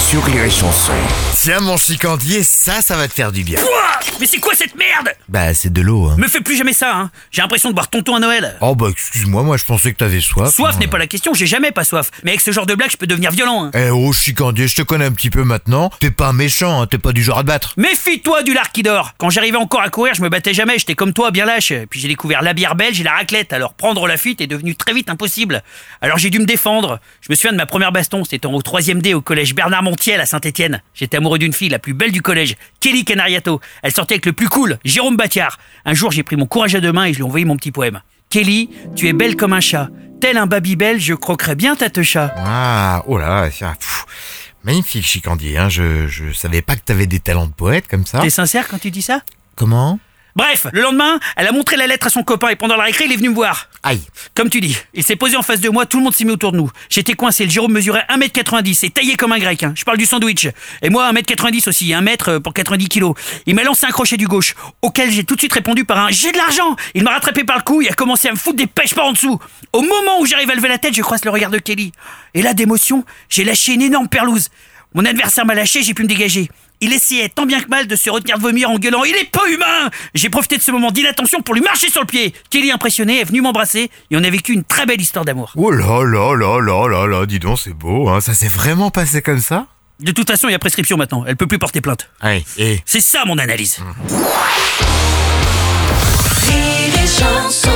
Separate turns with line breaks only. sur Rire et Chanson.
Tiens mon chicandier, ça, ça va te faire du bien.
Ouah Mais c'est quoi cette merde
Bah c'est de l'eau. Hein.
Me fais plus jamais ça, hein J'ai l'impression de boire tonton à Noël
Oh bah excuse-moi, moi je pensais que t'avais soif.
Soif
Hein.
n'est pas la question, j'ai jamais pas soif. Mais avec ce genre de blague, je peux devenir violent, hein.
Eh oh chicandier, je te connais un petit peu maintenant. T'es pas méchant, hein, t'es pas du genre à te battre.
Méfie-toi du lard qui dort Quand j'arrivais encore à courir, je me battais jamais, j'étais comme toi, bien lâche. Puis j'ai découvert la bière belge et la raclette, alors prendre la fuite est devenu très vite impossible. Alors j'ai dû me défendre. Je me souviens de ma première baston, c'était au 3ème D au collège Bernard Montiel à Saint-Étienne. J'étais amoureux d'une fille, la plus belle du collège, Kelly Canariato. Elle sortait avec le plus cool, Jérôme Batiard. Un jour, j'ai pris mon courage à deux mains et je lui ai envoyé mon petit poème. Kelly, tu es belle comme un chat. Tel un Babybel, je croquerais bien ta te chat.
Ah, oh là, ça, pff, magnifique chicandier. Hein. Je, je savais pas que t'avais des talents de poète comme ça.
T'es sincère quand tu dis ça
Comment
Bref, le lendemain, elle a montré la lettre à son copain et pendant la récré, il est venu me voir.
Aïe.
Comme tu dis, il s'est posé en face de moi, tout le monde s'est mis autour de nous. J'étais coincé, le Jérôme mesurait 1m90 et taillé comme un grec. hein. Je parle du sandwich. Et moi, 1m90 aussi, 1 mètre euh, pour 90 kilos. Il m'a lancé un crochet du gauche, auquel j'ai tout de suite répondu par un « j'ai de l'argent ». Il m'a rattrapé par le cou et a commencé à me foutre des pêches par en dessous. Au moment où j'arrive à lever la tête, je croise le regard de Kelly. Et là, d'émotion, j'ai lâché une énorme perlouse. Mon adversaire m'a lâché, j'ai pu me dégager. Il essayait tant bien que mal de se retenir de vomir en gueulant Il est pas humain J'ai profité de ce moment d'inattention pour lui marcher sur le pied Kelly, impressionné, est venu m'embrasser et on a vécu une très belle histoire d'amour.
Oh là là là là là là, dis donc, c'est beau. Hein. Ça s'est vraiment passé comme ça
De toute façon, il y a prescription maintenant, elle peut plus porter plainte.
Aïe. Et
C'est ça mon analyse
Rire et chanson